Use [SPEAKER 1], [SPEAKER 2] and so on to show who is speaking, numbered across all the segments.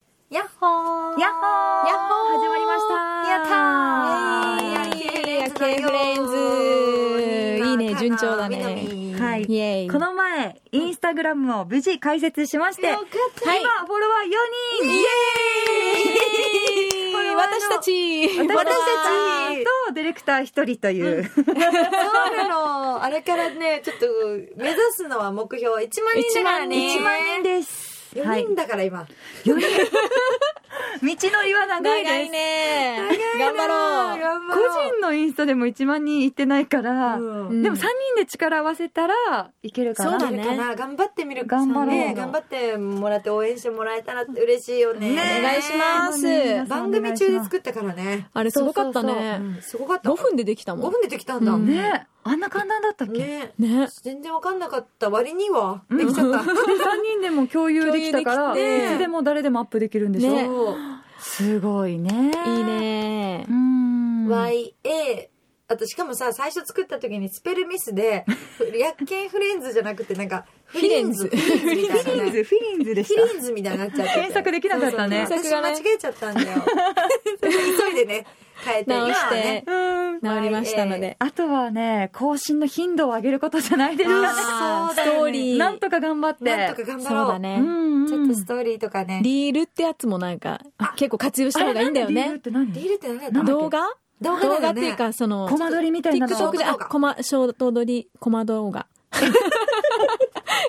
[SPEAKER 1] やっほーやっほー
[SPEAKER 2] やっほー始ま
[SPEAKER 1] やった
[SPEAKER 2] りました
[SPEAKER 1] ー
[SPEAKER 2] イエーイ
[SPEAKER 1] イエーイ
[SPEAKER 3] イエーイフレンズいいね順調だね
[SPEAKER 1] みんなみんな
[SPEAKER 2] はい
[SPEAKER 3] イエーイ
[SPEAKER 2] この前インスタグラムを無事開設しまして
[SPEAKER 1] よかった
[SPEAKER 2] 今フォロワー4人
[SPEAKER 3] イエーイ 私たち
[SPEAKER 2] 私た
[SPEAKER 1] 私
[SPEAKER 2] ちとディレクター一人という、
[SPEAKER 1] そうなの。あれからね、ちょっと、目指すのは目標、1万人だからね。
[SPEAKER 2] 1万人です
[SPEAKER 1] 4人だから今。
[SPEAKER 2] 道のりは長いです
[SPEAKER 3] 長いね頑張ろう
[SPEAKER 1] 頑張
[SPEAKER 2] 個
[SPEAKER 1] ろう
[SPEAKER 2] 人のインスタでも1万人いってないから、
[SPEAKER 1] う
[SPEAKER 3] うん
[SPEAKER 2] でも3人で力合わせたらいけるかな
[SPEAKER 3] そうだ
[SPEAKER 1] い
[SPEAKER 3] ね
[SPEAKER 1] るかな頑張ってみる
[SPEAKER 2] 頑張ろう
[SPEAKER 1] ね頑張ってもらって応援してもらえたら嬉しいよね。
[SPEAKER 2] ね
[SPEAKER 3] お願いしま
[SPEAKER 2] ね
[SPEAKER 3] す
[SPEAKER 1] 番組中で作ったからね。
[SPEAKER 3] あれすごかった
[SPEAKER 2] そうそう
[SPEAKER 1] う
[SPEAKER 3] ね
[SPEAKER 1] んすごかった。
[SPEAKER 3] 5分でできたも
[SPEAKER 1] 5
[SPEAKER 3] ん
[SPEAKER 1] 分でできたんだ。
[SPEAKER 3] うん
[SPEAKER 2] ねあんな簡単だったっけ、
[SPEAKER 1] ね
[SPEAKER 3] ね
[SPEAKER 1] 全然わかんなかった割には、できちゃ った。
[SPEAKER 2] で3人でも共有できたから
[SPEAKER 3] 共有できて
[SPEAKER 2] いつでも誰でもアップできるんでしょ、
[SPEAKER 3] ね
[SPEAKER 1] そう
[SPEAKER 2] すごいね
[SPEAKER 3] いいね
[SPEAKER 2] うーん
[SPEAKER 1] YA あとしかもさ最初作った時にスペルミス で「薬犬フレンズ」じゃなくてなんか「フリンズ」フ
[SPEAKER 3] フ
[SPEAKER 1] リンズみ
[SPEAKER 2] フ
[SPEAKER 1] たい
[SPEAKER 2] ィ
[SPEAKER 1] な
[SPEAKER 2] リン
[SPEAKER 1] ね
[SPEAKER 2] ズフィリンズで
[SPEAKER 1] フ
[SPEAKER 2] した
[SPEAKER 1] リンズみたいになっちゃって
[SPEAKER 2] 検索できなかったね
[SPEAKER 1] そうそうそう
[SPEAKER 3] 検
[SPEAKER 1] 私
[SPEAKER 3] 索
[SPEAKER 1] 間違えちゃったんだよ急いでね変えて
[SPEAKER 3] 直して
[SPEAKER 2] うーん
[SPEAKER 3] 治りましたので
[SPEAKER 2] あとはね更新の頻度を上げることじゃないですかね
[SPEAKER 3] あ
[SPEAKER 1] そ
[SPEAKER 3] ー
[SPEAKER 1] うだよね
[SPEAKER 3] ストーリー
[SPEAKER 2] なんとか頑張って
[SPEAKER 1] なんとか頑張ろう
[SPEAKER 3] そうだね
[SPEAKER 2] うんうん
[SPEAKER 1] ちょっとストーリーとかねリ
[SPEAKER 3] リールってやつもなんか結構活用した方がいいんだよ
[SPEAKER 2] あれ
[SPEAKER 3] ね
[SPEAKER 2] なんで理
[SPEAKER 1] ー
[SPEAKER 2] 由って
[SPEAKER 1] ルって何だった
[SPEAKER 2] なんだっ
[SPEAKER 3] 動画
[SPEAKER 1] 動画だよね
[SPEAKER 3] 動画っていうかその
[SPEAKER 2] 何コマ撮りみたいなの
[SPEAKER 3] TikTok
[SPEAKER 1] ショート
[SPEAKER 3] で
[SPEAKER 1] 動
[SPEAKER 3] あ
[SPEAKER 1] 画
[SPEAKER 3] コマショート撮りコマ動画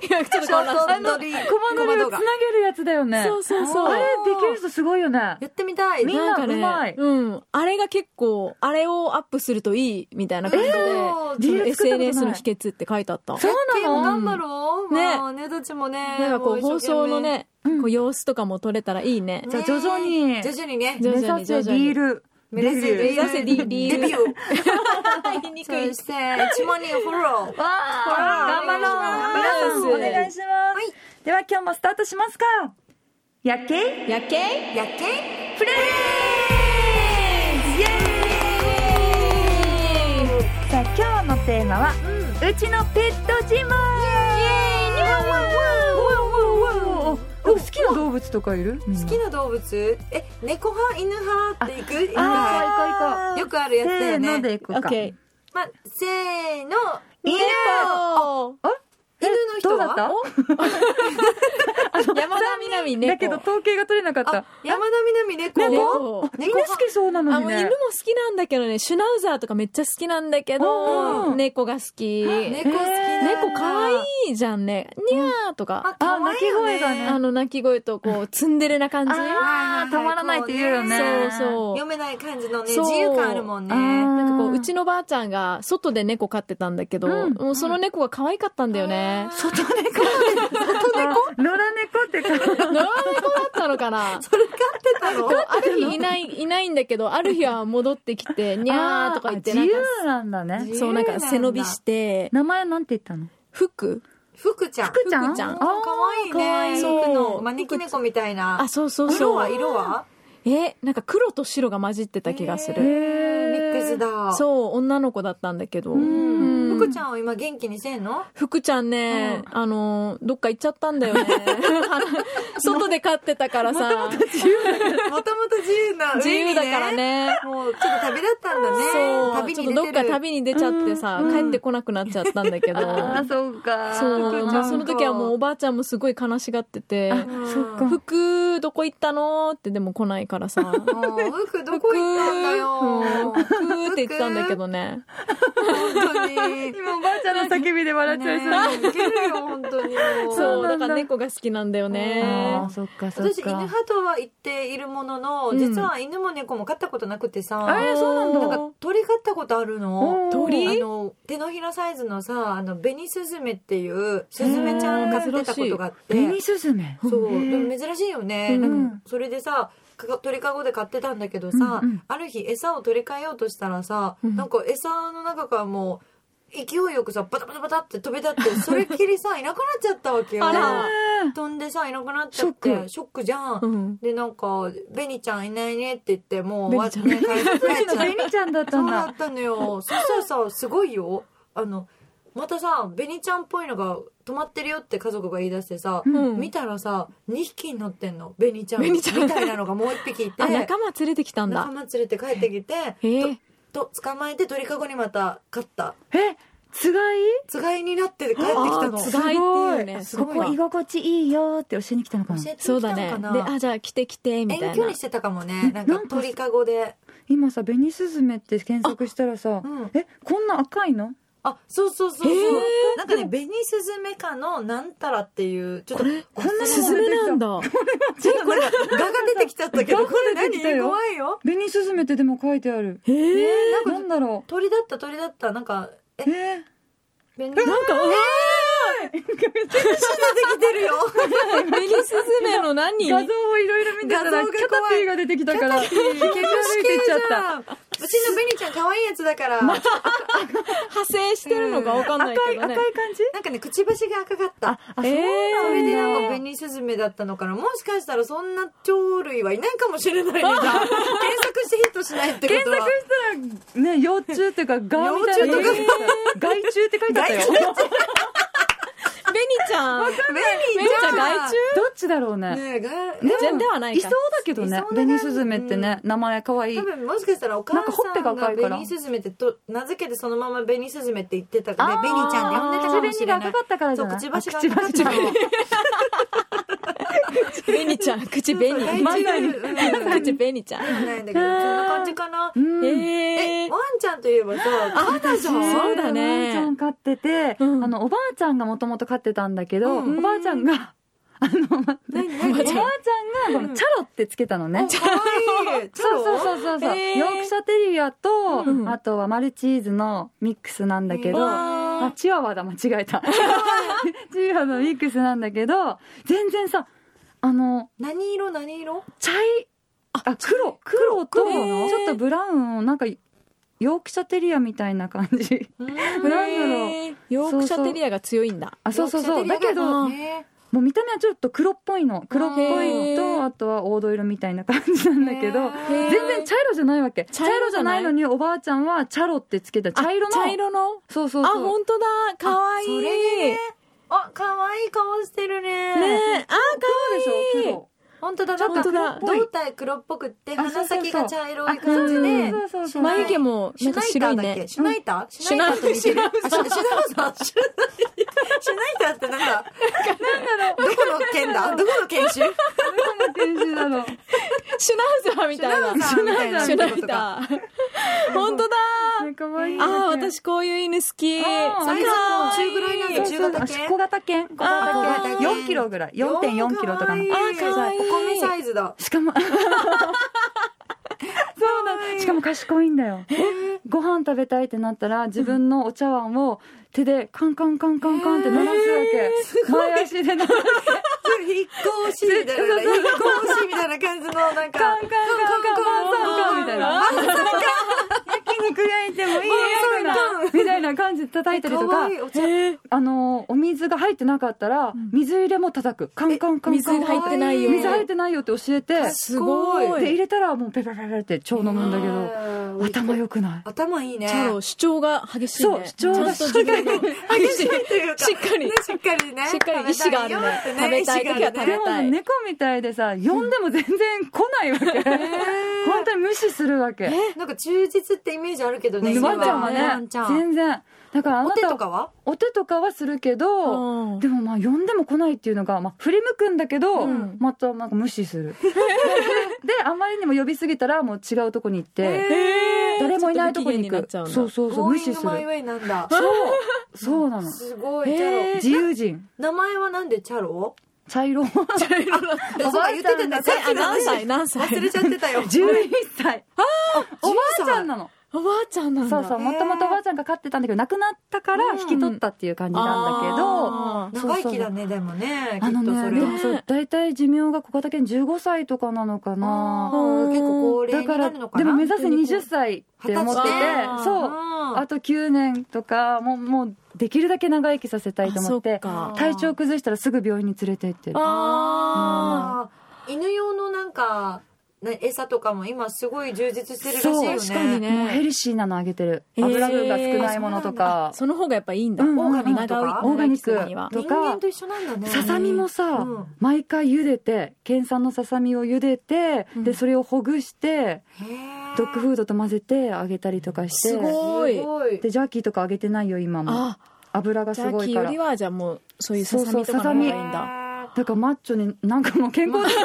[SPEAKER 3] いやちょっと
[SPEAKER 1] シ
[SPEAKER 3] こ
[SPEAKER 1] ョ
[SPEAKER 3] んな
[SPEAKER 1] ートドリー
[SPEAKER 2] コマ撮りを
[SPEAKER 1] コマ動
[SPEAKER 2] つな
[SPEAKER 1] 画
[SPEAKER 2] げるやつだよね
[SPEAKER 3] そうそうそう
[SPEAKER 2] あれできる人すごいよね
[SPEAKER 1] やってみたい
[SPEAKER 2] みんなうまい
[SPEAKER 3] うん。あれが結構、あれをアップするといい、みたいな感じで、
[SPEAKER 1] そう
[SPEAKER 2] リール作ったことない
[SPEAKER 3] SNS の秘訣って書いてあった。
[SPEAKER 2] そう
[SPEAKER 1] ゲーム
[SPEAKER 2] なの
[SPEAKER 1] 頑張ろう
[SPEAKER 3] ね
[SPEAKER 1] まあねどっちもね
[SPEAKER 3] なんかこ
[SPEAKER 1] も
[SPEAKER 3] う、放
[SPEAKER 1] 一生懸命
[SPEAKER 3] 送のね、
[SPEAKER 2] うん
[SPEAKER 3] こう様子とかも撮れたらいいね。
[SPEAKER 2] じゃあ徐々に
[SPEAKER 1] ね徐々にね
[SPEAKER 3] 徐
[SPEAKER 2] 目
[SPEAKER 3] 々に
[SPEAKER 2] 指せリール
[SPEAKER 1] 目指せ
[SPEAKER 2] デビュー
[SPEAKER 3] 目指せリリ
[SPEAKER 1] デ
[SPEAKER 3] ー
[SPEAKER 1] ビュー
[SPEAKER 3] 入りに
[SPEAKER 1] そ
[SPEAKER 3] くい。
[SPEAKER 1] して1万人フォロー
[SPEAKER 2] わあ
[SPEAKER 1] ほら
[SPEAKER 2] 頑張ろう
[SPEAKER 3] お
[SPEAKER 2] 皆さんお願
[SPEAKER 3] 願
[SPEAKER 2] い
[SPEAKER 3] い
[SPEAKER 2] します、
[SPEAKER 1] はい
[SPEAKER 2] では今日もスタートしますかやっけ
[SPEAKER 3] やっけ
[SPEAKER 1] やっけ
[SPEAKER 2] フレーズイエーイさあ今日のテーマは
[SPEAKER 1] うん
[SPEAKER 2] うちのペットジムお好きな動物とかいる
[SPEAKER 1] 好きな動物え猫派犬派っていく行く
[SPEAKER 2] あー行こう行こう
[SPEAKER 1] よくあるやつだ
[SPEAKER 2] せー
[SPEAKER 1] よね
[SPEAKER 2] のでいこ
[SPEAKER 3] オ
[SPEAKER 2] う
[SPEAKER 3] ッ
[SPEAKER 2] か
[SPEAKER 3] ケ
[SPEAKER 1] まあ、せーの
[SPEAKER 3] ー。
[SPEAKER 2] 犬
[SPEAKER 3] お
[SPEAKER 1] 犬の人は
[SPEAKER 2] どう だった
[SPEAKER 3] 山田みなみ猫。
[SPEAKER 2] だけど統計が取れなかった
[SPEAKER 1] あ山田みなみ猫
[SPEAKER 3] 猫
[SPEAKER 2] みんな好きそうな
[SPEAKER 3] あ
[SPEAKER 2] のに
[SPEAKER 3] もう犬
[SPEAKER 2] ね
[SPEAKER 3] も好きなんだけどね、シュナウザーとかめっちゃ好きなんだけ
[SPEAKER 2] う
[SPEAKER 3] ど、
[SPEAKER 2] ん
[SPEAKER 3] 猫が好き。
[SPEAKER 1] 猫好き
[SPEAKER 2] へー
[SPEAKER 1] な
[SPEAKER 3] 猫かわいいじゃんね。にゃーとか。
[SPEAKER 1] あ
[SPEAKER 2] あ
[SPEAKER 1] 可
[SPEAKER 2] 鳴
[SPEAKER 1] 愛い
[SPEAKER 2] き
[SPEAKER 1] よね
[SPEAKER 2] 声がね
[SPEAKER 3] あの鳴き声とこうツンデレな感じ
[SPEAKER 2] あーたまらないって言うよね
[SPEAKER 3] そうそう
[SPEAKER 1] 読めない感じのね
[SPEAKER 3] そう
[SPEAKER 1] 自由感あるもんね
[SPEAKER 2] あー
[SPEAKER 3] なんかこううちのばあちゃんが外で猫飼ってたんだけど、
[SPEAKER 2] うん
[SPEAKER 3] もうその猫が可愛かったんだよ ね、
[SPEAKER 1] 外
[SPEAKER 2] あ野良猫ってか
[SPEAKER 3] 野良猫だったのかな
[SPEAKER 1] それ飼ってたの
[SPEAKER 3] ある日いないいないんだけどある日は戻ってきてにゃーとか言って
[SPEAKER 2] あー
[SPEAKER 3] なんか
[SPEAKER 2] 自由なんだね
[SPEAKER 3] そうなんか背伸びして
[SPEAKER 2] 名前なんて言ったの
[SPEAKER 3] 服
[SPEAKER 1] 福ちゃん
[SPEAKER 2] 福ちゃん
[SPEAKER 3] 福ちゃん
[SPEAKER 2] あー
[SPEAKER 1] かわいい
[SPEAKER 3] 可愛
[SPEAKER 1] ね
[SPEAKER 3] い
[SPEAKER 1] 福
[SPEAKER 3] そ
[SPEAKER 1] の
[SPEAKER 3] う
[SPEAKER 1] 招き猫みたいな
[SPEAKER 3] あそうそう
[SPEAKER 1] 色
[SPEAKER 3] そ
[SPEAKER 1] は
[SPEAKER 3] う
[SPEAKER 1] 色は
[SPEAKER 3] えなんか黒と白が混じってた気がす
[SPEAKER 1] へ
[SPEAKER 3] る、
[SPEAKER 1] ミックスだ
[SPEAKER 3] そう女の子だったんだけど、
[SPEAKER 1] うん
[SPEAKER 3] うん
[SPEAKER 1] 福ちゃんを今元気にしてんの
[SPEAKER 3] 福ちゃんね、あのどっか行っちゃったんだよね 外で飼ってたからさ
[SPEAKER 1] もともと自由な
[SPEAKER 3] 自
[SPEAKER 1] 上に
[SPEAKER 3] 由だからね
[SPEAKER 1] もうちょっと旅だったんだね
[SPEAKER 3] そう
[SPEAKER 1] 旅
[SPEAKER 3] ち
[SPEAKER 1] に
[SPEAKER 3] ょっ
[SPEAKER 1] 出
[SPEAKER 3] と
[SPEAKER 1] て
[SPEAKER 3] ど
[SPEAKER 1] る
[SPEAKER 3] っか旅に出ちゃってさ、帰ってこなくなっちゃったんだ けど
[SPEAKER 2] あそうか
[SPEAKER 3] そ
[SPEAKER 1] 福ち
[SPEAKER 3] う、
[SPEAKER 1] ゃん
[SPEAKER 3] まあ、その時はもうおばあちゃんもすごい悲しがってて
[SPEAKER 1] うん
[SPEAKER 2] そっか
[SPEAKER 3] 「服どこ行ったの?」ってでも来ないから さ「
[SPEAKER 1] もう服どこ行ったんだよ
[SPEAKER 3] 服服って言ってたんだけどね
[SPEAKER 1] 本当に
[SPEAKER 2] 今おばあちゃんの叫びで笑っちゃいそう
[SPEAKER 1] ねえいけるよ本当にもう
[SPEAKER 3] そう
[SPEAKER 2] そうな
[SPEAKER 3] だ
[SPEAKER 2] んだ
[SPEAKER 3] から猫が好きなんだよ
[SPEAKER 2] あ
[SPEAKER 3] ね
[SPEAKER 2] ーそっかそっか
[SPEAKER 1] 私犬派とは言っているものの、
[SPEAKER 3] うん
[SPEAKER 1] 実は犬も猫も飼ったことなくてさ、
[SPEAKER 2] えーそうなんだ
[SPEAKER 1] なんか鳥飼ったことあるの
[SPEAKER 2] おー
[SPEAKER 3] 鳥
[SPEAKER 1] あの手のひらサイズのさあの紅スズメっていうスズメちゃん飼ってたことがあって、
[SPEAKER 2] 紅スズメ
[SPEAKER 1] そう
[SPEAKER 2] へー
[SPEAKER 1] でも珍しいよね、
[SPEAKER 3] うん
[SPEAKER 1] なんかそれでさか鳥かごで買ってたんだけどさ、
[SPEAKER 2] うんうん
[SPEAKER 1] ある日餌を取り替えようとしたらさ、
[SPEAKER 3] うん
[SPEAKER 1] なんか餌の中からもう勢いよくさバタバタバタって飛び立ってそれっきりさいなくなっちゃったわけよ
[SPEAKER 3] あら
[SPEAKER 1] 飛んでさいなくなっちゃって
[SPEAKER 2] シ
[SPEAKER 1] シ
[SPEAKER 2] ョッ
[SPEAKER 1] ョッ
[SPEAKER 2] ク
[SPEAKER 1] クじゃん、
[SPEAKER 3] うん
[SPEAKER 1] でなんか「ベニちゃんいないね」って言ってもう
[SPEAKER 3] ベニちゃん
[SPEAKER 1] 終わって帰って帰っちゃう
[SPEAKER 2] 紅ちゃんだった
[SPEAKER 1] そ
[SPEAKER 2] ん
[SPEAKER 1] うだ
[SPEAKER 2] だ
[SPEAKER 1] ったのよそしたらさすごいよあのまたさ、ベニちゃんっぽいのが止まってるよって家族が言い出してさ、
[SPEAKER 3] うん
[SPEAKER 1] 見たらさ、2匹になってんの。ベニちゃん。
[SPEAKER 3] ベニちゃん
[SPEAKER 1] みたいなのがもう1匹いて。
[SPEAKER 3] あ、仲間連れてきたん
[SPEAKER 1] 仲
[SPEAKER 3] だ。
[SPEAKER 1] 間連れて帰ってきて、
[SPEAKER 3] へえ。
[SPEAKER 1] と、捕まえて鳥かごにまた飼った。
[SPEAKER 2] えつがい
[SPEAKER 1] つがいになって帰ってきたの。
[SPEAKER 3] あーつ
[SPEAKER 1] 教
[SPEAKER 3] がいっていうね
[SPEAKER 2] す
[SPEAKER 1] す
[SPEAKER 2] ご
[SPEAKER 1] ご
[SPEAKER 2] い
[SPEAKER 1] い
[SPEAKER 2] ここ居心地いいよって教えに来たのかな
[SPEAKER 1] えてきた
[SPEAKER 3] そう
[SPEAKER 1] の
[SPEAKER 3] だね
[SPEAKER 1] か。な
[SPEAKER 3] で、あ、じゃあ来て来て、みた
[SPEAKER 1] 遠
[SPEAKER 3] い
[SPEAKER 1] 距
[SPEAKER 3] な
[SPEAKER 1] 離。してたかもね。なんか
[SPEAKER 2] なんか
[SPEAKER 1] 鳥かごで。
[SPEAKER 2] 今さ「紅スズメ」って検索したらさ、
[SPEAKER 1] うん
[SPEAKER 2] えこんな赤いの
[SPEAKER 1] あ、そうそうそうそう。
[SPEAKER 3] へー
[SPEAKER 1] なんかね、ベニスズメ科のなんたらっていう、ちょっと、
[SPEAKER 2] こんな
[SPEAKER 3] スズ
[SPEAKER 2] も出
[SPEAKER 3] メ
[SPEAKER 2] てきた
[SPEAKER 3] なんだ。
[SPEAKER 1] ちょっとこれ、ガが出てきちゃったけど、
[SPEAKER 2] ガ
[SPEAKER 1] これ
[SPEAKER 2] 出
[SPEAKER 1] 何
[SPEAKER 2] てきたよ
[SPEAKER 1] 怖いよ。
[SPEAKER 2] 紅スズメってでも書いてある
[SPEAKER 3] へえ。
[SPEAKER 2] なんかなんだろ
[SPEAKER 1] 鳥だった、鳥だった。なんか、え
[SPEAKER 2] う、え
[SPEAKER 1] ベニ、
[SPEAKER 3] なんか、
[SPEAKER 1] 出てきてるよ。
[SPEAKER 3] えー、ベニスズメの何
[SPEAKER 2] ー、画像をいろいろ見てたら
[SPEAKER 1] 画像
[SPEAKER 2] キ
[SPEAKER 1] が怖い
[SPEAKER 2] ャタピーが出てきたから結局 歩いてっちゃった
[SPEAKER 1] うちのベニちゃん可愛いやつだから、
[SPEAKER 3] 派生してるのかわかんない
[SPEAKER 2] 赤
[SPEAKER 3] け
[SPEAKER 2] い
[SPEAKER 3] ど
[SPEAKER 2] 赤い
[SPEAKER 3] ね。
[SPEAKER 2] 感じ
[SPEAKER 1] なんかね、くちばしが赤かった。
[SPEAKER 2] あ
[SPEAKER 3] ええ
[SPEAKER 1] それでなんか
[SPEAKER 3] ー
[SPEAKER 1] ベニスズメだったのかな。もしかしたらそんな鳥類はいないかもしれないね。じ ゃあ検索してヒットしないってこ
[SPEAKER 2] 検
[SPEAKER 1] とは
[SPEAKER 2] 索。したらね幼虫っていうかガみたいな
[SPEAKER 1] 幼
[SPEAKER 2] 虫害虫って書いてあったよ
[SPEAKER 1] 害
[SPEAKER 2] ど
[SPEAKER 3] ベニちゃん。ベ
[SPEAKER 1] ベ
[SPEAKER 3] ニ
[SPEAKER 1] ニ
[SPEAKER 3] ち
[SPEAKER 1] ち
[SPEAKER 3] ゃ
[SPEAKER 1] ゃ
[SPEAKER 3] ん
[SPEAKER 1] ん
[SPEAKER 3] 害虫
[SPEAKER 2] っちだろうね
[SPEAKER 1] ねえ、が、
[SPEAKER 2] で
[SPEAKER 3] 全然ではないか
[SPEAKER 2] いそうだけど
[SPEAKER 1] い
[SPEAKER 2] ね
[SPEAKER 1] そうだね
[SPEAKER 2] 紅スズメってね名前かわいい
[SPEAKER 1] 多分もしかしたらお母
[SPEAKER 2] なんかほ
[SPEAKER 1] さ
[SPEAKER 2] っぺが
[SPEAKER 1] ん
[SPEAKER 2] 赤
[SPEAKER 1] が
[SPEAKER 2] いから
[SPEAKER 1] ベニスズメってと名付けてそのままベニスズメって言ってたから
[SPEAKER 2] あ
[SPEAKER 1] ベニちゃんで呼んでたかもし
[SPEAKER 2] 口
[SPEAKER 1] れ
[SPEAKER 2] 紅が
[SPEAKER 1] な
[SPEAKER 2] 赤
[SPEAKER 1] い
[SPEAKER 2] かったからじ
[SPEAKER 1] そ
[SPEAKER 2] ゃ
[SPEAKER 1] う
[SPEAKER 2] ない
[SPEAKER 1] くちばしが
[SPEAKER 2] あ
[SPEAKER 1] 赤かったの
[SPEAKER 3] ベニちゃん。口ベニ。
[SPEAKER 1] 大
[SPEAKER 2] ま
[SPEAKER 1] 事
[SPEAKER 2] さに
[SPEAKER 1] うん
[SPEAKER 3] 口ベニちゃん。
[SPEAKER 1] ないんだけどそんな感じかな
[SPEAKER 2] うん
[SPEAKER 3] え
[SPEAKER 1] え
[SPEAKER 3] え
[SPEAKER 1] ワ。ンちゃんといえばさ
[SPEAKER 3] あ
[SPEAKER 1] カナじゃん
[SPEAKER 3] そうだね
[SPEAKER 2] おばあちゃん飼ってて、
[SPEAKER 3] うん
[SPEAKER 2] あのおばあちゃんがもともと飼ってたんだけど、
[SPEAKER 1] うん
[SPEAKER 2] おばあちゃんがあの待って
[SPEAKER 1] 何
[SPEAKER 2] お
[SPEAKER 1] 何
[SPEAKER 2] ばあちゃんがこのチャロってつけたの
[SPEAKER 1] お
[SPEAKER 2] ね、
[SPEAKER 1] 可愛いチャ
[SPEAKER 2] そう
[SPEAKER 1] ロ
[SPEAKER 2] そうそうそうそう、
[SPEAKER 3] へー
[SPEAKER 2] ヨークシャテリアと、
[SPEAKER 3] うん
[SPEAKER 2] あとはマルチーズのミックスなんだけど、
[SPEAKER 1] う
[SPEAKER 3] わー
[SPEAKER 2] あチワワだ間違え たチワワのミックスなんだけど全然さあの
[SPEAKER 1] 何色何色
[SPEAKER 2] 茶いあ黒黒と
[SPEAKER 3] 黒なの
[SPEAKER 2] ちょっとブラウンをなんかヨークシャテリアみたいな感じ
[SPEAKER 1] うん
[SPEAKER 2] なんだろう
[SPEAKER 3] へーヨークシャテリアが強いんだ。
[SPEAKER 2] あそうそうそう
[SPEAKER 1] よくしゃべ
[SPEAKER 2] だけ
[SPEAKER 1] りなが
[SPEAKER 2] ど
[SPEAKER 1] ら
[SPEAKER 2] も
[SPEAKER 1] ね
[SPEAKER 2] う見た目はちょっと黒っぽいの黒っぽいの
[SPEAKER 3] へー
[SPEAKER 2] とあとは黄土色みたいな感じなんだけど
[SPEAKER 1] へー
[SPEAKER 2] 全然茶色じゃないわけ
[SPEAKER 3] 茶
[SPEAKER 2] 茶
[SPEAKER 3] 色
[SPEAKER 2] 色
[SPEAKER 3] じ
[SPEAKER 2] じ
[SPEAKER 3] ゃ
[SPEAKER 2] ゃ
[SPEAKER 3] ない
[SPEAKER 2] ないのにおばあちゃんはチャロってつけた
[SPEAKER 3] あ
[SPEAKER 2] 茶色の
[SPEAKER 3] 茶色の。
[SPEAKER 2] そうそう
[SPEAKER 3] あ、
[SPEAKER 2] そう
[SPEAKER 3] 本当だ。可愛い
[SPEAKER 1] それねあ可愛い顔してるね
[SPEAKER 3] ねえ、あ、可
[SPEAKER 2] 黒
[SPEAKER 3] 愛
[SPEAKER 2] で
[SPEAKER 3] い
[SPEAKER 2] しょ
[SPEAKER 1] 本当だなん
[SPEAKER 3] 本
[SPEAKER 1] か
[SPEAKER 3] 当だ
[SPEAKER 1] 胴体黒っぽくって
[SPEAKER 2] あそうそう
[SPEAKER 1] 鼻
[SPEAKER 2] そう
[SPEAKER 1] 先が茶色い
[SPEAKER 2] 黒
[SPEAKER 1] 感じで
[SPEAKER 2] そうそうそうそう
[SPEAKER 3] 眉毛も、な
[SPEAKER 1] シ
[SPEAKER 3] ん
[SPEAKER 1] ュ
[SPEAKER 3] か
[SPEAKER 1] ナイターだっ
[SPEAKER 3] 白いね
[SPEAKER 1] け。シュナイターシ
[SPEAKER 3] シ
[SPEAKER 1] ュ
[SPEAKER 3] ュナ
[SPEAKER 1] ナイ
[SPEAKER 3] イ
[SPEAKER 1] タ
[SPEAKER 3] タ
[SPEAKER 1] ー
[SPEAKER 3] ー
[SPEAKER 1] と
[SPEAKER 3] と
[SPEAKER 1] 似て
[SPEAKER 3] 似て
[SPEAKER 1] る
[SPEAKER 3] る。
[SPEAKER 1] あシュシュナイターシュナイターってなんか、なんだろう。どこの県だどこの県種
[SPEAKER 2] どこの犬種なの
[SPEAKER 3] シュナウザーみたいな。
[SPEAKER 1] シュナウザーみたいな
[SPEAKER 3] シュナウザー。本当だ。
[SPEAKER 2] 可愛い
[SPEAKER 3] ああ、私こういう犬好き。
[SPEAKER 2] あー
[SPEAKER 3] 可
[SPEAKER 1] サイ
[SPEAKER 3] 愛い
[SPEAKER 1] ズも中ぐらいなんだ
[SPEAKER 2] そうそう
[SPEAKER 1] 中型犬
[SPEAKER 2] あ小型犬小型
[SPEAKER 1] あー
[SPEAKER 2] 犬4キロぐらい4.4キロとかの
[SPEAKER 1] あ
[SPEAKER 3] あー可愛い
[SPEAKER 1] お米サイズだ。
[SPEAKER 2] しかも
[SPEAKER 1] そうな
[SPEAKER 2] しか
[SPEAKER 1] も、
[SPEAKER 2] も賢いんだよご飯食べたいってなったら自分のお茶碗を手でカンカンカンカンカンって鳴らすわけ前足で鳴らす
[SPEAKER 1] 引っ越しみたいな、引っ越しみたいな感じの、なんか、
[SPEAKER 2] カンカンカンカンカンカンカンみたいな焼肉焼いてもいいようなみたいな感じで叩いたりと
[SPEAKER 1] 可
[SPEAKER 2] か
[SPEAKER 1] 愛いお茶。
[SPEAKER 3] えー
[SPEAKER 2] あのお水が入ってなかったら水入れも叩くカンカンカンカン
[SPEAKER 3] 水が入ってないよ。
[SPEAKER 2] 水入ってないよって教えて
[SPEAKER 3] すご
[SPEAKER 2] で入
[SPEAKER 3] い。
[SPEAKER 2] れたらもうペラペラペラって超飲むんだけど
[SPEAKER 1] ど
[SPEAKER 2] 頭良くない
[SPEAKER 1] 頭いいね。
[SPEAKER 3] チャロ、主張が激しい
[SPEAKER 2] そう
[SPEAKER 3] ね。
[SPEAKER 2] 主張が
[SPEAKER 3] ちゃんと自分の
[SPEAKER 1] 激しいというか。
[SPEAKER 3] しっかり
[SPEAKER 1] ねしっかりね。
[SPEAKER 3] しっかり意志があるね
[SPEAKER 1] 食べたいよってね
[SPEAKER 3] 食べたい時は食べたい
[SPEAKER 2] でもさ猫みたいでさ呼んでも全然来ないわけ本当に無視するわけ
[SPEAKER 1] なんか忠実ってイメージあるけどね。
[SPEAKER 2] ワンちゃん
[SPEAKER 1] 今ワ
[SPEAKER 2] は
[SPEAKER 1] ン
[SPEAKER 2] ね
[SPEAKER 1] ちゃん。
[SPEAKER 2] 全然だからあ
[SPEAKER 1] お
[SPEAKER 2] な
[SPEAKER 1] 手
[SPEAKER 2] た
[SPEAKER 1] とかは
[SPEAKER 2] お手とかはするけど
[SPEAKER 3] うん
[SPEAKER 2] でもまあ呼んでも来ないっていうのが、まあ、振り向くんだけど、
[SPEAKER 3] うん
[SPEAKER 2] またなんか無視す るであまりにも呼びすぎたらもう違うとこに行って
[SPEAKER 3] えー
[SPEAKER 2] 誰もいないとこに行
[SPEAKER 3] ちょっ
[SPEAKER 2] く
[SPEAKER 3] と不機嫌になっちゃう
[SPEAKER 2] そうそ
[SPEAKER 3] んだ
[SPEAKER 2] うそう
[SPEAKER 1] ゴー
[SPEAKER 2] 無
[SPEAKER 1] イン
[SPEAKER 2] 視す
[SPEAKER 1] グマイウ
[SPEAKER 2] る
[SPEAKER 1] ェイなんだ。
[SPEAKER 2] そうそうなの
[SPEAKER 1] すごい、
[SPEAKER 3] えー
[SPEAKER 1] チャロ。
[SPEAKER 2] 自由人
[SPEAKER 1] 名前はなんでチャロ
[SPEAKER 2] 茶 色
[SPEAKER 1] えそうだ言ってたんだ。さっ
[SPEAKER 3] あ
[SPEAKER 1] きの
[SPEAKER 3] 何
[SPEAKER 1] 話
[SPEAKER 3] 歳何歳
[SPEAKER 1] 忘れちゃってた よ。
[SPEAKER 2] 11歳おばあちゃんなの
[SPEAKER 3] おばあちゃんなんだ。
[SPEAKER 2] そうそ
[SPEAKER 1] へ
[SPEAKER 2] う
[SPEAKER 1] ー
[SPEAKER 2] もともとおばあちゃんが飼ってたんだけど亡くなったから引き取ったっていう感じなんだけど、
[SPEAKER 3] あー
[SPEAKER 1] 長生きだね、でもね。き
[SPEAKER 2] あ
[SPEAKER 1] っ
[SPEAKER 2] の
[SPEAKER 1] とそ
[SPEAKER 2] ね
[SPEAKER 1] れ
[SPEAKER 2] で
[SPEAKER 1] は。
[SPEAKER 2] もそう大体寿命が小型犬15歳とかなのか
[SPEAKER 1] あ
[SPEAKER 2] な
[SPEAKER 1] ー結構高齢
[SPEAKER 2] だ
[SPEAKER 1] に
[SPEAKER 2] から
[SPEAKER 1] なるのかな
[SPEAKER 2] でも目指せ20歳って思ってて
[SPEAKER 1] 二十
[SPEAKER 3] 歳ね
[SPEAKER 2] そう
[SPEAKER 1] あ
[SPEAKER 2] あと9年とかもうもうできるだけ長生きさせたいと思って
[SPEAKER 3] あそっか
[SPEAKER 2] 体調崩したらすぐ病院に連れて行ってる
[SPEAKER 3] あ
[SPEAKER 1] あー犬用のなんか、ね餌とかも今すごい充実してるらしい
[SPEAKER 2] そう
[SPEAKER 1] よね。
[SPEAKER 3] 確かにね
[SPEAKER 2] もうヘルシーなのあげてる、
[SPEAKER 3] えー
[SPEAKER 2] 油分が少ないものとか
[SPEAKER 3] その方がやっぱいいんだ。
[SPEAKER 2] うん
[SPEAKER 1] オーガニックと
[SPEAKER 3] 長
[SPEAKER 1] か
[SPEAKER 3] 生き
[SPEAKER 2] オーガニック
[SPEAKER 3] 長生きするには
[SPEAKER 2] とか
[SPEAKER 1] 人間と一緒なんだね。
[SPEAKER 2] ささみもさ、
[SPEAKER 1] うん
[SPEAKER 2] 毎回茹でて県産のささみを茹でて、
[SPEAKER 3] うん
[SPEAKER 2] でそれをほぐして
[SPEAKER 1] へー
[SPEAKER 2] ドッグフードと混ぜてあげたりとかして
[SPEAKER 3] すごい
[SPEAKER 1] す。ごい。
[SPEAKER 2] でジャーキーとかあげてないよ今も
[SPEAKER 3] あ、
[SPEAKER 2] 油が
[SPEAKER 3] ジ
[SPEAKER 2] す
[SPEAKER 3] ャー
[SPEAKER 2] ご
[SPEAKER 3] キ
[SPEAKER 2] い
[SPEAKER 3] ー
[SPEAKER 2] か
[SPEAKER 3] よ
[SPEAKER 2] ら
[SPEAKER 3] りはじゃあもうそういうささみとかの方がいいんだ。
[SPEAKER 1] だ。
[SPEAKER 2] だからマッチョになんかもう健康的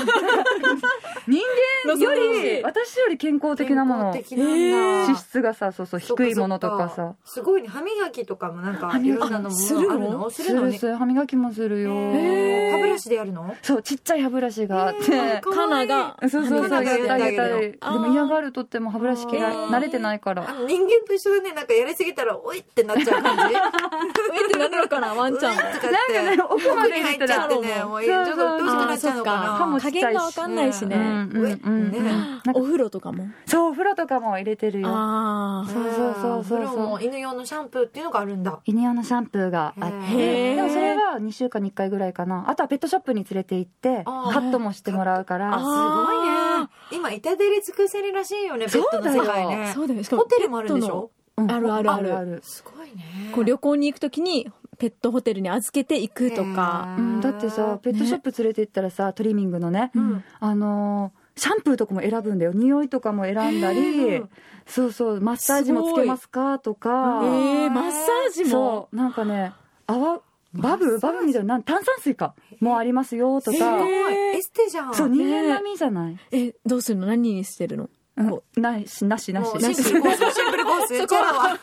[SPEAKER 2] 人間より私より健康的なもの
[SPEAKER 1] 健康的なんだ
[SPEAKER 2] 脂質がさそうそう低いものと
[SPEAKER 1] そ
[SPEAKER 2] か
[SPEAKER 1] っ
[SPEAKER 2] さ
[SPEAKER 1] そっすごいね歯磨きとかもなんか
[SPEAKER 2] 歯
[SPEAKER 1] い
[SPEAKER 2] 磨き
[SPEAKER 1] ろんなのも
[SPEAKER 3] あするの
[SPEAKER 1] あるのす
[SPEAKER 2] す
[SPEAKER 1] るの
[SPEAKER 2] る
[SPEAKER 1] ね
[SPEAKER 2] する歯磨きもするよ
[SPEAKER 1] へー歯ブラシでやるの
[SPEAKER 2] そうちっちゃい歯ブラシがあっ
[SPEAKER 1] へ
[SPEAKER 2] て
[SPEAKER 1] ーかわいい
[SPEAKER 3] カナが。
[SPEAKER 2] そうそうそう
[SPEAKER 1] 歯磨
[SPEAKER 2] やっ
[SPEAKER 1] き
[SPEAKER 2] てあげた
[SPEAKER 1] やってあげ
[SPEAKER 2] り
[SPEAKER 1] る
[SPEAKER 2] で
[SPEAKER 3] の
[SPEAKER 2] も嫌がるとっても歯ブラシ嫌い
[SPEAKER 3] あー
[SPEAKER 2] 慣れてないから
[SPEAKER 1] あの人間と一緒だねなんかやりすぎたらおいってなっちゃう感じ
[SPEAKER 3] えってなるのかな、ワンちゃ
[SPEAKER 1] う
[SPEAKER 3] んも
[SPEAKER 1] い。とか
[SPEAKER 2] なんかね
[SPEAKER 1] って
[SPEAKER 2] 奥まで
[SPEAKER 1] 入
[SPEAKER 2] 入
[SPEAKER 1] っ
[SPEAKER 2] っ
[SPEAKER 1] ち
[SPEAKER 2] た
[SPEAKER 1] ゃ
[SPEAKER 2] ら
[SPEAKER 1] ってねもうち
[SPEAKER 2] そ
[SPEAKER 1] ょ
[SPEAKER 2] う
[SPEAKER 1] っ
[SPEAKER 2] そう
[SPEAKER 1] と美しくなっちゃうのか
[SPEAKER 3] あーそっ
[SPEAKER 1] な
[SPEAKER 3] か
[SPEAKER 2] 歯も
[SPEAKER 3] 加減がわかんないし
[SPEAKER 2] うん
[SPEAKER 3] ね。
[SPEAKER 2] うんうん
[SPEAKER 1] ね
[SPEAKER 2] うんなんか
[SPEAKER 3] お風呂とかも。
[SPEAKER 2] そうお風呂とかも入れてるよ
[SPEAKER 3] あ
[SPEAKER 2] そうそうそうそう
[SPEAKER 1] うんお風呂も犬用のシャンプーっていうのがあるんだ
[SPEAKER 2] 犬用のシャンプーがあっ
[SPEAKER 1] へ
[SPEAKER 2] て
[SPEAKER 3] ー
[SPEAKER 2] でもそれは2週間に1回ぐらいかなあとはペットショップに連れて行ってカ
[SPEAKER 1] あー
[SPEAKER 2] ットもしてもらうから
[SPEAKER 1] あすごいね今至れり尽くせりらしいよねペットの世界
[SPEAKER 3] あ。
[SPEAKER 1] ね
[SPEAKER 3] そうだよ。しかも
[SPEAKER 1] ホテルもあるんでしょ
[SPEAKER 2] うん
[SPEAKER 3] あるあるある
[SPEAKER 1] すごいね
[SPEAKER 3] こう旅行に行くときにペットホテルに預けていくとか。
[SPEAKER 2] うん、だってさペットショップ連れて行ったらさトリミングのね、
[SPEAKER 1] うん
[SPEAKER 2] あのーシャンプーとかも選ぶんだよ匂いとかも選んだり、
[SPEAKER 1] へー
[SPEAKER 2] そうそうマッサージもつけますかと
[SPEAKER 3] え
[SPEAKER 2] か、
[SPEAKER 3] ー、マッサージも
[SPEAKER 2] そ。うなんかね泡バブバブみたいななん炭酸水かもありますよと
[SPEAKER 1] す
[SPEAKER 2] か、
[SPEAKER 1] ごいエステじゃん
[SPEAKER 2] そう人間並みじゃない、
[SPEAKER 3] え、どうするの何にしてるの
[SPEAKER 2] うんないしなしな
[SPEAKER 1] も
[SPEAKER 2] し
[SPEAKER 1] う
[SPEAKER 2] な
[SPEAKER 1] シン
[SPEAKER 2] し
[SPEAKER 1] プルコースシンプルコースチャラは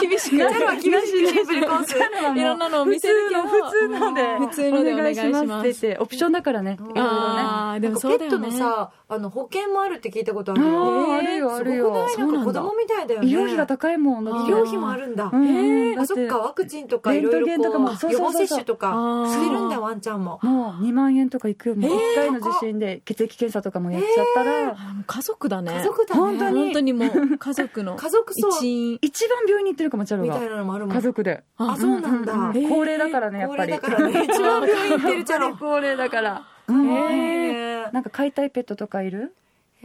[SPEAKER 3] 厳しく。
[SPEAKER 1] チャラは厳しくシンプルコース
[SPEAKER 3] いろんなのを見
[SPEAKER 2] 普
[SPEAKER 3] せ
[SPEAKER 2] 通
[SPEAKER 3] るけど
[SPEAKER 2] の普通ので
[SPEAKER 3] 普通のでお願いします
[SPEAKER 2] おって言ってオプションだからねいろいろね
[SPEAKER 3] ああ、で
[SPEAKER 1] なん
[SPEAKER 3] も
[SPEAKER 1] か
[SPEAKER 3] そう
[SPEAKER 1] ペッ
[SPEAKER 3] だよ
[SPEAKER 1] トの
[SPEAKER 3] ね。
[SPEAKER 1] さあの保険もあるって聞いたことあ
[SPEAKER 2] あ
[SPEAKER 1] るよ
[SPEAKER 2] ー
[SPEAKER 3] えー
[SPEAKER 2] あるよある
[SPEAKER 1] すごくないな
[SPEAKER 2] よ
[SPEAKER 3] そうんなん
[SPEAKER 1] か
[SPEAKER 3] だ
[SPEAKER 1] 子供みたいだよね
[SPEAKER 2] 医療費が高いもんだって
[SPEAKER 1] 医療費もあるんだ
[SPEAKER 2] うんだ
[SPEAKER 1] あ
[SPEAKER 2] って
[SPEAKER 1] そっかワクチンとか
[SPEAKER 2] レ
[SPEAKER 1] い
[SPEAKER 2] ント
[SPEAKER 1] ろ
[SPEAKER 2] ゲ
[SPEAKER 1] い
[SPEAKER 2] ン
[SPEAKER 1] ろ
[SPEAKER 2] とか
[SPEAKER 1] こ
[SPEAKER 2] もそうう
[SPEAKER 1] 予
[SPEAKER 2] そうそ
[SPEAKER 1] 防
[SPEAKER 2] うそう
[SPEAKER 1] 接種と
[SPEAKER 3] あ
[SPEAKER 1] か
[SPEAKER 3] ー
[SPEAKER 1] してるんだワンちゃんも
[SPEAKER 2] もう2万円とかいくよもう
[SPEAKER 3] えー
[SPEAKER 2] 1回の受診で血液検査とかもやっちゃったら
[SPEAKER 3] あもう家族だね。
[SPEAKER 1] 家族だね
[SPEAKER 2] 本当に
[SPEAKER 3] 本当にもう家族の
[SPEAKER 1] 家族葬
[SPEAKER 3] 一員。
[SPEAKER 2] 一番病院に行ってるかもチャロ
[SPEAKER 1] みたい
[SPEAKER 2] が
[SPEAKER 1] なのもあるもん
[SPEAKER 2] 家族で
[SPEAKER 1] あそうなんだ
[SPEAKER 2] うう
[SPEAKER 3] へー
[SPEAKER 2] 高齢だからねや
[SPEAKER 1] 高
[SPEAKER 2] っぱ
[SPEAKER 1] 齢
[SPEAKER 2] り
[SPEAKER 1] だから ね一番病院行ってるチャ
[SPEAKER 2] 本
[SPEAKER 1] ロ
[SPEAKER 2] 当に高齢だから
[SPEAKER 1] へ
[SPEAKER 2] うん
[SPEAKER 1] ー
[SPEAKER 2] なんか飼いたいペットとかいる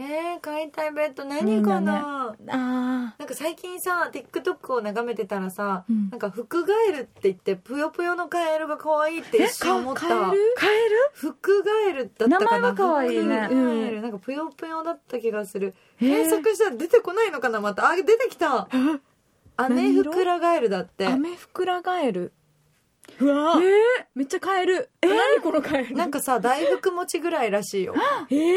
[SPEAKER 1] えー、買いたいベッド何かな、
[SPEAKER 3] あ
[SPEAKER 1] なんか最近さ TikTok を眺めてたらさ、
[SPEAKER 3] うん
[SPEAKER 1] なんか服ガエルって言ってぷよぷよのカエルが可愛いって一瞬思った
[SPEAKER 3] カエル
[SPEAKER 2] 飼える
[SPEAKER 1] 服ガエルだったかな
[SPEAKER 2] 名前は可愛いね
[SPEAKER 1] 服ガエルなんかぷよぷよだった気がする検索したら出てこないのかなまたあ出てきたアメ
[SPEAKER 3] 何
[SPEAKER 1] フ
[SPEAKER 3] 色
[SPEAKER 1] クラガエルだって
[SPEAKER 3] あ。アメフクラガエル。うわーめっちゃカエル。何このカエル。
[SPEAKER 1] なんかさ大福持ちぐらいらしいよ
[SPEAKER 3] えー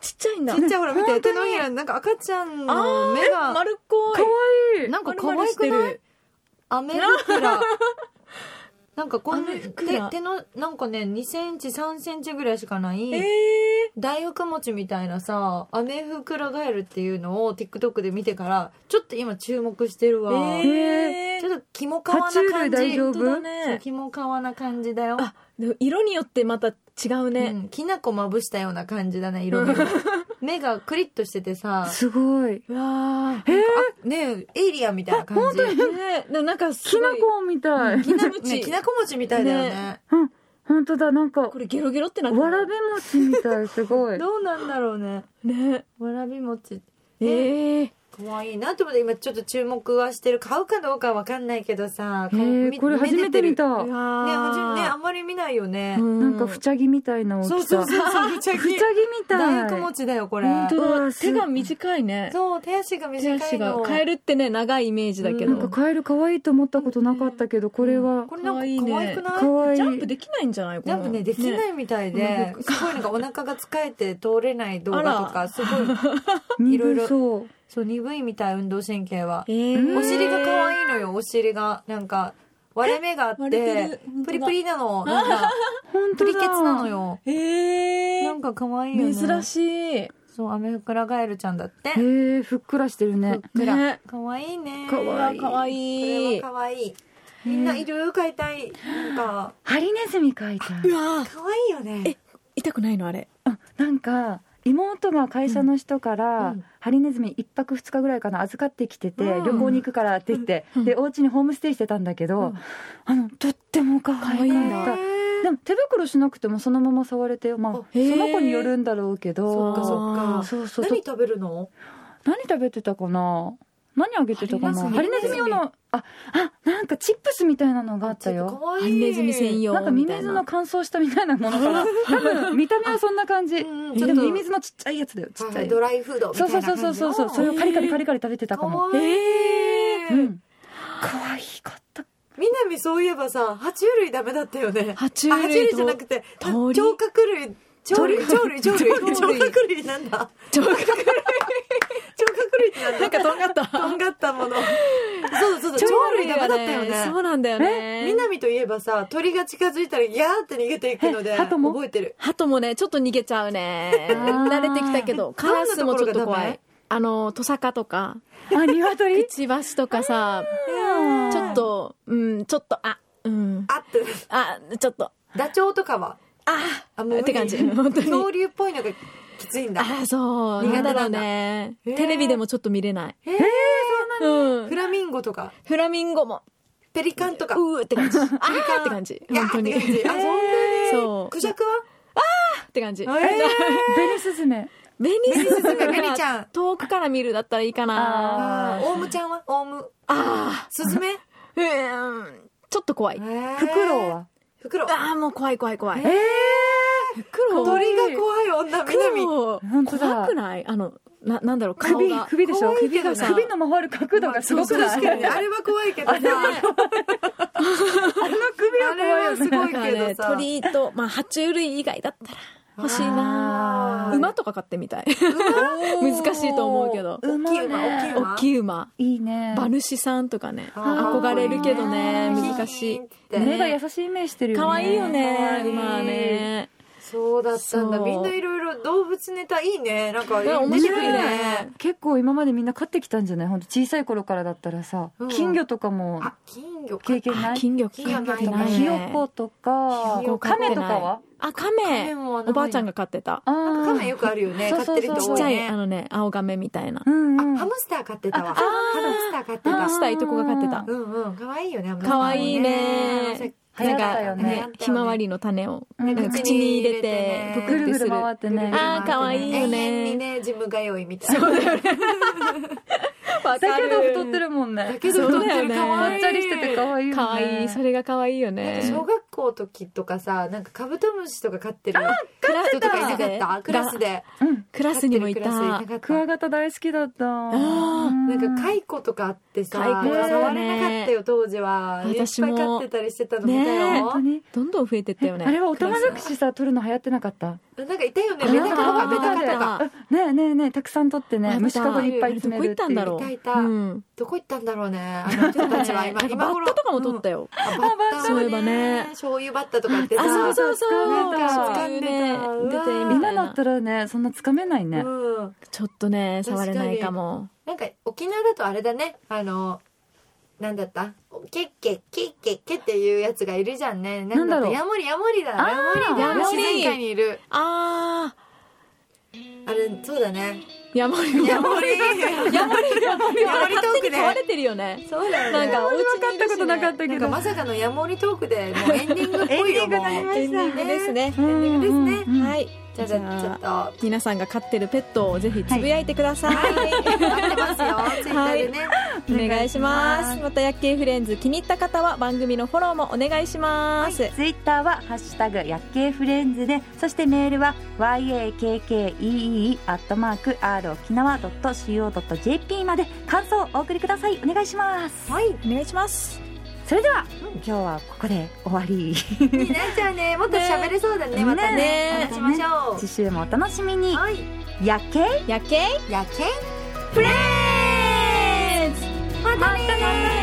[SPEAKER 3] ちっちゃいんだ。
[SPEAKER 1] ちっちゃいほら見て手のひらになんか赤ちゃんの目
[SPEAKER 3] あー
[SPEAKER 1] が
[SPEAKER 3] 丸っこい。
[SPEAKER 2] かわいい
[SPEAKER 1] なんか可
[SPEAKER 3] 丸々
[SPEAKER 1] 愛
[SPEAKER 3] し
[SPEAKER 1] く
[SPEAKER 3] て
[SPEAKER 1] ない
[SPEAKER 3] る。
[SPEAKER 1] アメフク ラ。なんかこん
[SPEAKER 3] アメフクラ
[SPEAKER 1] 手手のなんかね2センチ3センチぐらいしかない、
[SPEAKER 3] えー
[SPEAKER 1] 大福餅みたいなさアメフクラガエルっていうのを TikTok で見てからちょっと今注目してるわ、
[SPEAKER 3] え
[SPEAKER 1] ち
[SPEAKER 3] ー
[SPEAKER 1] ょっとキモカ
[SPEAKER 2] 爬
[SPEAKER 1] ワな感じ
[SPEAKER 2] 虫類大丈
[SPEAKER 3] 本当だ
[SPEAKER 2] 夫
[SPEAKER 1] そ
[SPEAKER 3] ね
[SPEAKER 1] う。キモカワな感じだよ、
[SPEAKER 3] あ、でも色によってまた違う
[SPEAKER 1] う
[SPEAKER 3] ね。
[SPEAKER 1] ん、きなこまぶしたような感じだね 色味が目がクリッとしててさ
[SPEAKER 2] すごいう
[SPEAKER 3] わー。
[SPEAKER 2] えー
[SPEAKER 1] ねエイリアンみたいな感じ
[SPEAKER 3] ねでもなんかす
[SPEAKER 2] き
[SPEAKER 3] ご
[SPEAKER 2] ないこみたい
[SPEAKER 3] きなこ
[SPEAKER 1] ねきなこ餅みたいだよね
[SPEAKER 2] 本当だなんか
[SPEAKER 3] これゲロゲロってなってる
[SPEAKER 2] わらび餅みたいすごい
[SPEAKER 1] どうなんだろうね
[SPEAKER 3] ね
[SPEAKER 1] わらび餅
[SPEAKER 3] ええ
[SPEAKER 1] 可愛いなと思って今ちょっと注目はしてる買うかどうかわかんないけどさ、
[SPEAKER 2] え
[SPEAKER 1] 顔
[SPEAKER 2] ー
[SPEAKER 1] み
[SPEAKER 2] これ初めて見
[SPEAKER 1] ね
[SPEAKER 2] た
[SPEAKER 3] う
[SPEAKER 2] な
[SPEAKER 1] はじめねあ
[SPEAKER 3] わ
[SPEAKER 1] んまり見ないよね
[SPEAKER 3] ー、
[SPEAKER 2] んかふちゃぎみたいな大きさ
[SPEAKER 1] そうそうそう そうふちゃぎ
[SPEAKER 2] ふちゃぎみた
[SPEAKER 1] 大
[SPEAKER 2] い
[SPEAKER 1] 福餅だよこれ
[SPEAKER 3] 本
[SPEAKER 2] う
[SPEAKER 3] 当だ
[SPEAKER 2] わす
[SPEAKER 3] 手が短いね
[SPEAKER 1] そう手足が
[SPEAKER 3] 手
[SPEAKER 1] 短
[SPEAKER 3] 足
[SPEAKER 1] い
[SPEAKER 3] が
[SPEAKER 1] の
[SPEAKER 3] カエルってね長いイメージだけ
[SPEAKER 1] う
[SPEAKER 3] ど
[SPEAKER 2] なんかカエル可愛いと思ったことなかったけどこれは
[SPEAKER 1] これなんか
[SPEAKER 3] 可愛いね
[SPEAKER 1] 可愛くない
[SPEAKER 2] 可愛い
[SPEAKER 3] ジャンプできないんじゃないこ
[SPEAKER 1] ジ
[SPEAKER 3] の
[SPEAKER 1] ャンプねできないみたいで、
[SPEAKER 3] ね
[SPEAKER 1] すごいなんかお腹が疲れて通れない動画と
[SPEAKER 3] あ
[SPEAKER 1] からすごい いろいろ
[SPEAKER 2] 鈍そう
[SPEAKER 1] そう鈍いみたい運動神経は
[SPEAKER 3] え、ー
[SPEAKER 1] お尻が可愛いのよお尻がなんか割れ目があっ
[SPEAKER 3] 割れて
[SPEAKER 1] て
[SPEAKER 3] る本当だ
[SPEAKER 1] プリプリなのなんか
[SPEAKER 2] 本
[SPEAKER 1] プ
[SPEAKER 2] 当
[SPEAKER 1] リ
[SPEAKER 2] だ
[SPEAKER 1] ケツなのよ
[SPEAKER 3] え
[SPEAKER 1] な
[SPEAKER 3] ー
[SPEAKER 1] んか可愛いよね
[SPEAKER 3] 珍しい
[SPEAKER 1] そうアメフクラガエルちゃんだって
[SPEAKER 2] へえふっくらしてるね
[SPEAKER 1] ふっくら
[SPEAKER 3] ね
[SPEAKER 1] 可愛いね
[SPEAKER 2] 可愛い
[SPEAKER 3] 可
[SPEAKER 1] これ
[SPEAKER 3] 愛い
[SPEAKER 1] は可愛いみんないる飼いたいなんか
[SPEAKER 2] ハリネズミ描いた
[SPEAKER 3] うわー
[SPEAKER 1] 可愛いよね
[SPEAKER 3] え痛くないのあれ
[SPEAKER 2] あなんか妹が会社の人から、
[SPEAKER 1] うん
[SPEAKER 2] ハリネズミ1泊2日ぐらいかな預かってきてて、
[SPEAKER 1] うん
[SPEAKER 2] 旅行に行くからって言って、
[SPEAKER 3] うん
[SPEAKER 2] でお家にホームステイしてたんだけど、
[SPEAKER 1] うん
[SPEAKER 2] あのとっても可愛かった
[SPEAKER 3] 可愛いんだ
[SPEAKER 1] ね
[SPEAKER 2] でも手袋しなくてもそのまま触れてよまあ
[SPEAKER 1] あ
[SPEAKER 2] その子によるんだろうけ
[SPEAKER 3] そ
[SPEAKER 2] ど
[SPEAKER 3] っかそっか
[SPEAKER 2] そうそう
[SPEAKER 1] 何食べるの
[SPEAKER 2] 何食べてたかな何あげてたかな
[SPEAKER 3] ハ
[SPEAKER 2] ハ
[SPEAKER 3] リ
[SPEAKER 2] リネ
[SPEAKER 3] ネズ
[SPEAKER 2] ズ
[SPEAKER 3] ミ
[SPEAKER 2] ミ用のああなんかチップスみたいなのがあった
[SPEAKER 1] ちょっと
[SPEAKER 2] よ
[SPEAKER 1] 可愛い
[SPEAKER 3] ハリネズミ専用
[SPEAKER 2] なんかミ
[SPEAKER 3] み
[SPEAKER 2] ミ
[SPEAKER 3] たい
[SPEAKER 2] ズ
[SPEAKER 3] な
[SPEAKER 2] の乾燥したみたいなものかな多分見た目はそんな感じ
[SPEAKER 1] うんうん
[SPEAKER 2] ちょっ
[SPEAKER 1] ちょ
[SPEAKER 2] と
[SPEAKER 1] っと
[SPEAKER 2] ミミズのちっちゃいやつだよちっちゃ
[SPEAKER 1] はい
[SPEAKER 2] い
[SPEAKER 1] ドライフードみた
[SPEAKER 2] そう
[SPEAKER 1] い
[SPEAKER 2] そう
[SPEAKER 1] な
[SPEAKER 2] そ
[SPEAKER 1] 感
[SPEAKER 2] う
[SPEAKER 1] じ
[SPEAKER 2] そ
[SPEAKER 1] の
[SPEAKER 2] うそうそうそれをカリカリカリカリ食べてたかも
[SPEAKER 1] かわいい、
[SPEAKER 3] え
[SPEAKER 2] う
[SPEAKER 3] ー、
[SPEAKER 2] ん可愛かった
[SPEAKER 1] 南そういえばさ爬虫類ダメだったよね
[SPEAKER 3] 爬虫
[SPEAKER 1] あ爬虫
[SPEAKER 3] 類
[SPEAKER 1] 類
[SPEAKER 3] と
[SPEAKER 1] じゃなくて
[SPEAKER 3] 鳥
[SPEAKER 1] 聴覚類鳥類鳥類鳥類
[SPEAKER 3] 鳥類
[SPEAKER 1] 鳥類聴覚類なんだ
[SPEAKER 3] ちょっと
[SPEAKER 1] 聴覚類ってなんだ
[SPEAKER 3] なんかとんがった
[SPEAKER 1] とんがったものそうそうそう鳥類ダメだったよね
[SPEAKER 3] そうなんだよね
[SPEAKER 1] 南といえばさ鳥が近づいたらギャーって逃げていくので
[SPEAKER 2] え鳩も
[SPEAKER 1] 覚えてる
[SPEAKER 3] 鳩もねちょっと逃げちゃうね
[SPEAKER 2] あー
[SPEAKER 3] 慣れてきたけどカラスもちょっ
[SPEAKER 1] どんなと
[SPEAKER 3] と
[SPEAKER 1] ころが
[SPEAKER 3] 怖
[SPEAKER 1] ダ
[SPEAKER 3] い
[SPEAKER 1] メ
[SPEAKER 3] あのトサカとか
[SPEAKER 2] あ鶏
[SPEAKER 3] くちばしとかさちょっとうんちょっとあうん
[SPEAKER 1] あって
[SPEAKER 3] あちょっと
[SPEAKER 1] ダチョウとかは
[SPEAKER 3] あ
[SPEAKER 1] あもう
[SPEAKER 3] って感じ
[SPEAKER 1] 無理
[SPEAKER 3] 本当に
[SPEAKER 1] 恐竜っぽいのがきついんだ
[SPEAKER 3] あそう
[SPEAKER 1] 苦手
[SPEAKER 3] 苦
[SPEAKER 1] なんだ
[SPEAKER 3] 手だね
[SPEAKER 1] へー
[SPEAKER 3] テレビでもちょっと見れない
[SPEAKER 1] へー
[SPEAKER 3] うん
[SPEAKER 1] フラミンゴとか
[SPEAKER 3] フラミンゴも
[SPEAKER 1] ペリカンとか
[SPEAKER 3] うーって 感じあーって感じ
[SPEAKER 1] ギャ
[SPEAKER 3] 本
[SPEAKER 1] ー
[SPEAKER 3] 当
[SPEAKER 1] って
[SPEAKER 3] に
[SPEAKER 1] 感じあそんなに
[SPEAKER 3] そう
[SPEAKER 1] クジャクは
[SPEAKER 3] って感じ
[SPEAKER 2] ベニスズメ
[SPEAKER 3] ベニスズメ
[SPEAKER 1] ベニちゃん
[SPEAKER 3] 遠くから見るだったらいいかな
[SPEAKER 1] あ
[SPEAKER 2] あ
[SPEAKER 1] ーオウムちゃんはオウム
[SPEAKER 3] あ
[SPEAKER 1] スズメ
[SPEAKER 3] ーうーんちょっと怖い
[SPEAKER 2] フクロウは
[SPEAKER 1] フクロウ
[SPEAKER 3] ああもう怖い怖い怖い
[SPEAKER 2] ええ
[SPEAKER 3] フクロウ
[SPEAKER 1] 鳥が怖い女南
[SPEAKER 3] 黒
[SPEAKER 2] 本当だ
[SPEAKER 3] 怖くないあのななんだろう顔
[SPEAKER 2] 首
[SPEAKER 3] が
[SPEAKER 2] 首でしょ
[SPEAKER 1] 可愛いけ
[SPEAKER 2] 首
[SPEAKER 1] ど
[SPEAKER 2] が
[SPEAKER 1] さ
[SPEAKER 2] 首の回る角度がすごくない
[SPEAKER 1] 確かにあれは怖いけどさ
[SPEAKER 2] あの首
[SPEAKER 1] あれはすご
[SPEAKER 3] だ
[SPEAKER 1] い
[SPEAKER 3] から
[SPEAKER 1] けど
[SPEAKER 3] ね
[SPEAKER 1] さ
[SPEAKER 3] 鳥とまあ爬虫類以外だったら欲しい
[SPEAKER 1] あ
[SPEAKER 3] な
[SPEAKER 1] ー
[SPEAKER 3] 馬とか飼ってみたい
[SPEAKER 1] 馬
[SPEAKER 3] 難しいと思うけど
[SPEAKER 1] 大きい馬大きい馬
[SPEAKER 3] 大きい馬
[SPEAKER 2] いいね
[SPEAKER 3] 馬主さんとかね
[SPEAKER 1] あー
[SPEAKER 3] 憧れるけどね
[SPEAKER 2] 可愛い
[SPEAKER 3] 難しい
[SPEAKER 1] い
[SPEAKER 2] 目が優しいイメージしてるよね
[SPEAKER 3] 可愛いよね
[SPEAKER 1] 可愛い
[SPEAKER 3] 馬ね
[SPEAKER 1] そうだったんだ
[SPEAKER 3] そう
[SPEAKER 1] みんないろいろ動物ネタいいねなんか
[SPEAKER 3] ね面白いね
[SPEAKER 2] 結構今までみんな飼ってきたんじゃない本当小さい頃からだったらさ、
[SPEAKER 1] うん
[SPEAKER 2] 金魚とかも
[SPEAKER 1] あ金魚
[SPEAKER 2] 経験
[SPEAKER 3] あ
[SPEAKER 2] ない
[SPEAKER 3] 金魚
[SPEAKER 1] 金魚
[SPEAKER 3] 飼っ
[SPEAKER 1] ない
[SPEAKER 3] て
[SPEAKER 2] と
[SPEAKER 3] な
[SPEAKER 2] か
[SPEAKER 3] い
[SPEAKER 2] ひよ
[SPEAKER 3] ね
[SPEAKER 2] ことか
[SPEAKER 1] ひよこ飼ってない
[SPEAKER 2] 亀とかは
[SPEAKER 3] あ
[SPEAKER 1] 亀
[SPEAKER 3] 亀
[SPEAKER 1] も
[SPEAKER 3] おばあちゃ
[SPEAKER 1] が
[SPEAKER 3] んが飼ってた
[SPEAKER 2] あ
[SPEAKER 1] なんか
[SPEAKER 2] ー
[SPEAKER 1] 亀よくあるよね
[SPEAKER 2] そ
[SPEAKER 1] 飼
[SPEAKER 2] う
[SPEAKER 1] って
[SPEAKER 2] そ
[SPEAKER 1] る
[SPEAKER 2] うそう
[SPEAKER 1] 人
[SPEAKER 3] ち
[SPEAKER 1] 多
[SPEAKER 3] っ
[SPEAKER 1] い
[SPEAKER 3] ちゃい
[SPEAKER 1] ね
[SPEAKER 3] あのね青亀みたいな
[SPEAKER 2] うん
[SPEAKER 1] あ
[SPEAKER 2] うん
[SPEAKER 1] ハムスター飼ってたわ
[SPEAKER 3] あ
[SPEAKER 1] ハムスター飼って
[SPEAKER 3] あ
[SPEAKER 1] た
[SPEAKER 3] ーしたいとこが飼ってた
[SPEAKER 1] うんうん可愛いよねハムスター
[SPEAKER 3] 可愛いね
[SPEAKER 1] 可愛い
[SPEAKER 2] 流行っ
[SPEAKER 3] な
[SPEAKER 2] たよ
[SPEAKER 3] んか
[SPEAKER 1] った
[SPEAKER 2] ね流行
[SPEAKER 3] ね
[SPEAKER 1] よね
[SPEAKER 3] ひまわりの種を
[SPEAKER 2] うん
[SPEAKER 3] なんか口に入れて
[SPEAKER 1] 口
[SPEAKER 3] ぷく
[SPEAKER 2] ぐ
[SPEAKER 3] っ
[SPEAKER 2] る
[SPEAKER 3] て
[SPEAKER 2] ぐる
[SPEAKER 3] する
[SPEAKER 2] 回ってね
[SPEAKER 3] あー可愛いよね
[SPEAKER 1] 永遠にねジム通いみたいなだ
[SPEAKER 3] わ
[SPEAKER 2] だ
[SPEAKER 3] か
[SPEAKER 2] け
[SPEAKER 3] る
[SPEAKER 2] ど太ってるもんね
[SPEAKER 1] けど太ってる
[SPEAKER 3] そうだよね
[SPEAKER 1] 可
[SPEAKER 2] ぽ
[SPEAKER 1] 愛
[SPEAKER 2] っ
[SPEAKER 1] い
[SPEAKER 2] ちゃりしてて可愛いよね
[SPEAKER 3] 可愛いそれが可愛いよね
[SPEAKER 1] 小学校時とかさなんかカブトムシとか飼ってる
[SPEAKER 3] クラ
[SPEAKER 1] 人とかいなかったクラスで
[SPEAKER 2] うん
[SPEAKER 3] クラスにもい
[SPEAKER 1] 飼ってるクラス
[SPEAKER 3] た
[SPEAKER 1] いな
[SPEAKER 2] ク
[SPEAKER 1] かっ
[SPEAKER 2] ワ
[SPEAKER 1] た
[SPEAKER 2] ガタ大好きだった
[SPEAKER 3] ー
[SPEAKER 2] うん
[SPEAKER 1] なんか蚕とかあってさ
[SPEAKER 3] 蚕
[SPEAKER 1] 触れ
[SPEAKER 2] だ
[SPEAKER 1] な
[SPEAKER 2] よ
[SPEAKER 3] ね
[SPEAKER 1] かったよ当時は
[SPEAKER 3] 私
[SPEAKER 1] い
[SPEAKER 3] も
[SPEAKER 1] っぱい飼ってたりしてたの見た
[SPEAKER 3] ねえ
[SPEAKER 1] よ
[SPEAKER 2] 本当に
[SPEAKER 3] どんどん増えてったよね
[SPEAKER 2] あれはおたまじゃくしさ取るの流行ってなかった
[SPEAKER 1] なんかいたよね
[SPEAKER 3] あ
[SPEAKER 1] メダカとか
[SPEAKER 3] あ
[SPEAKER 1] メダカとか
[SPEAKER 3] あ
[SPEAKER 2] ねえねえねえたくさん取って
[SPEAKER 3] あ
[SPEAKER 2] ね
[SPEAKER 3] 見た
[SPEAKER 2] 虫かごにいっぱい詰めるっていう
[SPEAKER 3] どこ行ったんだろう
[SPEAKER 1] いたいた
[SPEAKER 3] うん
[SPEAKER 1] どこ行ったんだろうねあの人たち は今
[SPEAKER 3] なんか
[SPEAKER 1] 今
[SPEAKER 3] バッ
[SPEAKER 1] 頃
[SPEAKER 3] タとかも取ったよ
[SPEAKER 1] あバッタ
[SPEAKER 3] そういえばね
[SPEAKER 1] 醤油バッタとかって
[SPEAKER 3] あ
[SPEAKER 1] さ
[SPEAKER 3] そうそうそう
[SPEAKER 1] なんか
[SPEAKER 3] そういうね
[SPEAKER 1] 掴ん
[SPEAKER 3] 出
[SPEAKER 1] でた
[SPEAKER 3] てみ
[SPEAKER 2] 今
[SPEAKER 3] たい
[SPEAKER 2] だっ
[SPEAKER 3] な
[SPEAKER 2] たらねそんなつかめないね、
[SPEAKER 1] うん
[SPEAKER 3] ちょっとね触れないかも
[SPEAKER 1] なんか沖縄だとあれだねあのなんだったケッケケッケケっていうやつがいるじゃんねなんだ
[SPEAKER 2] なん
[SPEAKER 1] っ
[SPEAKER 2] だろ
[SPEAKER 1] た
[SPEAKER 2] う
[SPEAKER 1] ヤモリヤモリだ
[SPEAKER 2] あー
[SPEAKER 1] ヤモリ
[SPEAKER 3] ヤ
[SPEAKER 1] だ
[SPEAKER 3] モ
[SPEAKER 1] 自
[SPEAKER 3] リ
[SPEAKER 1] 然界にいる
[SPEAKER 3] ああ
[SPEAKER 1] あれそうだね
[SPEAKER 3] ヤモリ
[SPEAKER 1] ヤモリ
[SPEAKER 3] ヤモリヤモリ
[SPEAKER 1] ヤモリトー
[SPEAKER 3] 勝手
[SPEAKER 1] ク
[SPEAKER 3] に
[SPEAKER 1] ね
[SPEAKER 3] 飼われてるよね
[SPEAKER 1] そうだよ
[SPEAKER 3] な
[SPEAKER 1] ね
[SPEAKER 3] んかお家にい
[SPEAKER 2] 分かっ
[SPEAKER 3] るしね
[SPEAKER 2] たことなかった
[SPEAKER 1] なん
[SPEAKER 2] け
[SPEAKER 1] か
[SPEAKER 2] ど
[SPEAKER 1] まさかのヤモリトークでもうエンディングっぽいよ
[SPEAKER 2] エンディングになり
[SPEAKER 1] もう
[SPEAKER 2] ま
[SPEAKER 3] エンディングですね
[SPEAKER 2] うんうんうん
[SPEAKER 1] ですね
[SPEAKER 2] うん
[SPEAKER 3] はい
[SPEAKER 1] じゃあじゃあちょっと
[SPEAKER 3] 皆さんが飼ってるペットをぜひつぶやいてください、
[SPEAKER 1] 待ってますよツイッターでね、
[SPEAKER 3] お願いしますまた薬系フレンズ気に入った方は番組のフォローもお願いします、
[SPEAKER 2] ツイッターは「ハッシュタグ薬系フレンズで」そしてメールは yakkee.r 沖縄 .co.jp まで感想をお送りくださいお願いします
[SPEAKER 1] はい
[SPEAKER 3] お願いします
[SPEAKER 2] それでは、今日はここで終わり
[SPEAKER 1] になっちゃうねもっと喋れそうだね
[SPEAKER 2] ね
[SPEAKER 1] またね
[SPEAKER 3] ね
[SPEAKER 1] 話しましょ
[SPEAKER 2] 次週もお楽しみに
[SPEAKER 1] うはい
[SPEAKER 2] 夜景
[SPEAKER 3] 薬系
[SPEAKER 1] 夜景
[SPEAKER 3] フレンズ
[SPEAKER 1] またね